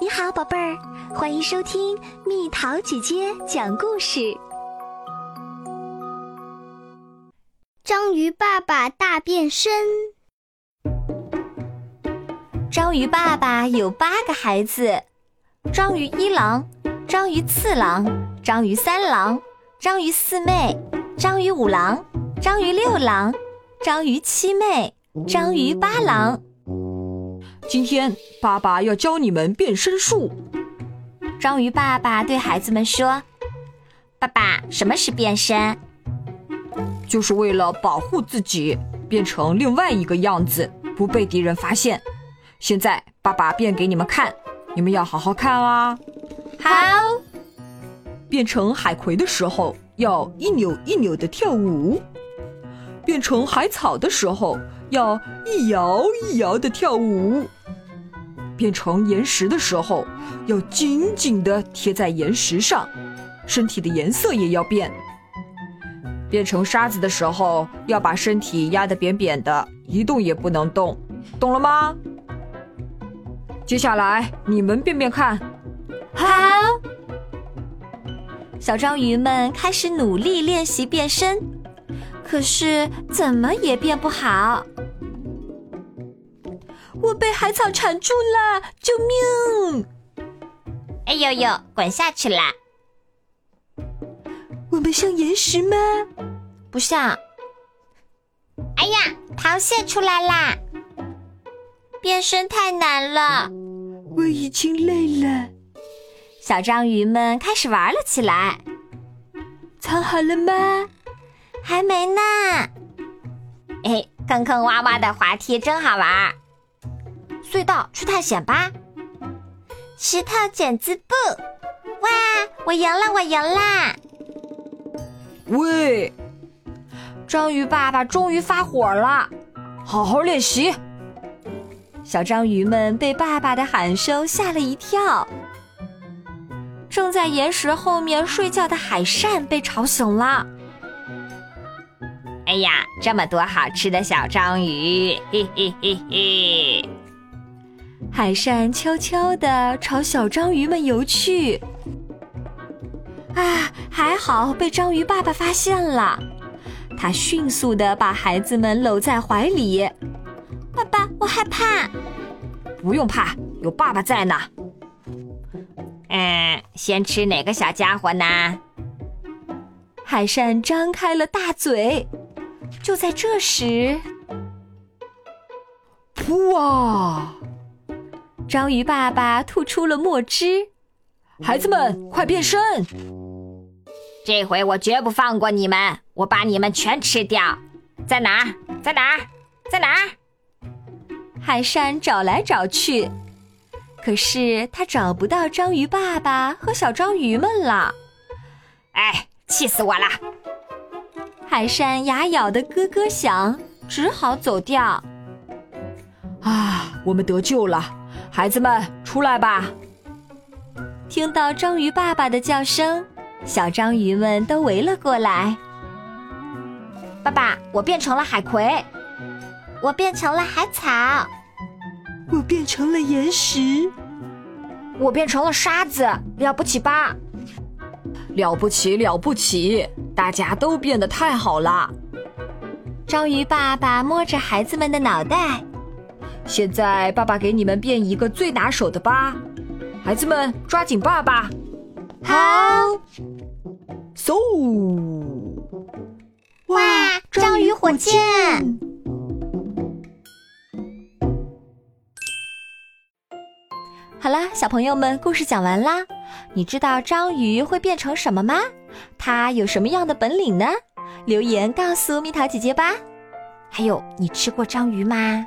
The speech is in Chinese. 你好，宝贝儿，欢迎收听蜜桃姐姐讲故事。章鱼爸爸大变身。章鱼爸爸有八个孩子：章鱼一郎、章鱼次郎、章鱼三郎、章鱼四妹、章鱼五郎、章鱼六郎、章鱼七妹、章鱼八郎。今天爸爸要教你们变身术。章鱼爸爸对孩子们说：“爸爸，什么是变身？就是为了保护自己，变成另外一个样子，不被敌人发现。现在爸爸变给你们看，你们要好好看啊！好，变成海葵的时候要一扭一扭的跳舞，变成海草的时候要一摇一摇的跳舞，变成岩石的时候要紧紧的贴在岩石上，身体的颜色也要变。变成沙子的时候，要把身体压得扁扁的，一动也不能动，懂了吗？接下来你们变变看，好！”小章鱼们开始努力练习变身，可是怎么也变不好。我被海草缠住了，救命！哎呦呦，滚下去啦！我们像岩石吗？不像。哎呀，螃蟹出来啦！变身太难了，我已经累了。小章鱼们开始玩了起来。藏好了吗？还没呢。哎，坑坑洼洼的滑梯真好玩。隧道去探险吧！石头剪子布，哇，我赢了，我赢啦！喂，章鱼爸爸终于发火了，好好练习。小章鱼们被爸爸的喊声吓了一跳。正在岩石后面睡觉的海扇被吵醒了。哎呀，这么多好吃的小章鱼，嘿嘿嘿嘿！海扇悄悄地朝小章鱼们游去。啊，还好被章鱼爸爸发现了，他迅速地把孩子们搂在怀里。爸爸，我害怕。不用怕，有爸爸在呢。嗯，先吃哪个小家伙呢？海扇张开了大嘴。就在这时，噗啊！章鱼爸爸吐出了墨汁。孩子们，快变身！这回我绝不放过你们，我把你们全吃掉！在哪儿？在哪儿？在哪儿？海扇找来找去，可是他找不到章鱼爸爸和小章鱼们了。哎，气死我了！海扇牙咬得咯咯响，只好走掉。啊，我们得救了！孩子们，出来吧！听到章鱼爸爸的叫声，小章鱼们都围了过来。爸爸，我变成了海葵。我变成了海草，我变成了岩石，我变成了沙子，了不起吧？了不起，了不起！大家都变得太好了。章鱼爸爸摸着孩子们的脑袋，现在爸爸给你们变一个最拿手的吧，孩子们抓紧爸爸。好，so，哇，章鱼火箭！好啦，小朋友们，故事讲完啦。你知道章鱼会变成什么吗？它有什么样的本领呢？留言告诉蜜桃姐姐吧。还有，你吃过章鱼吗？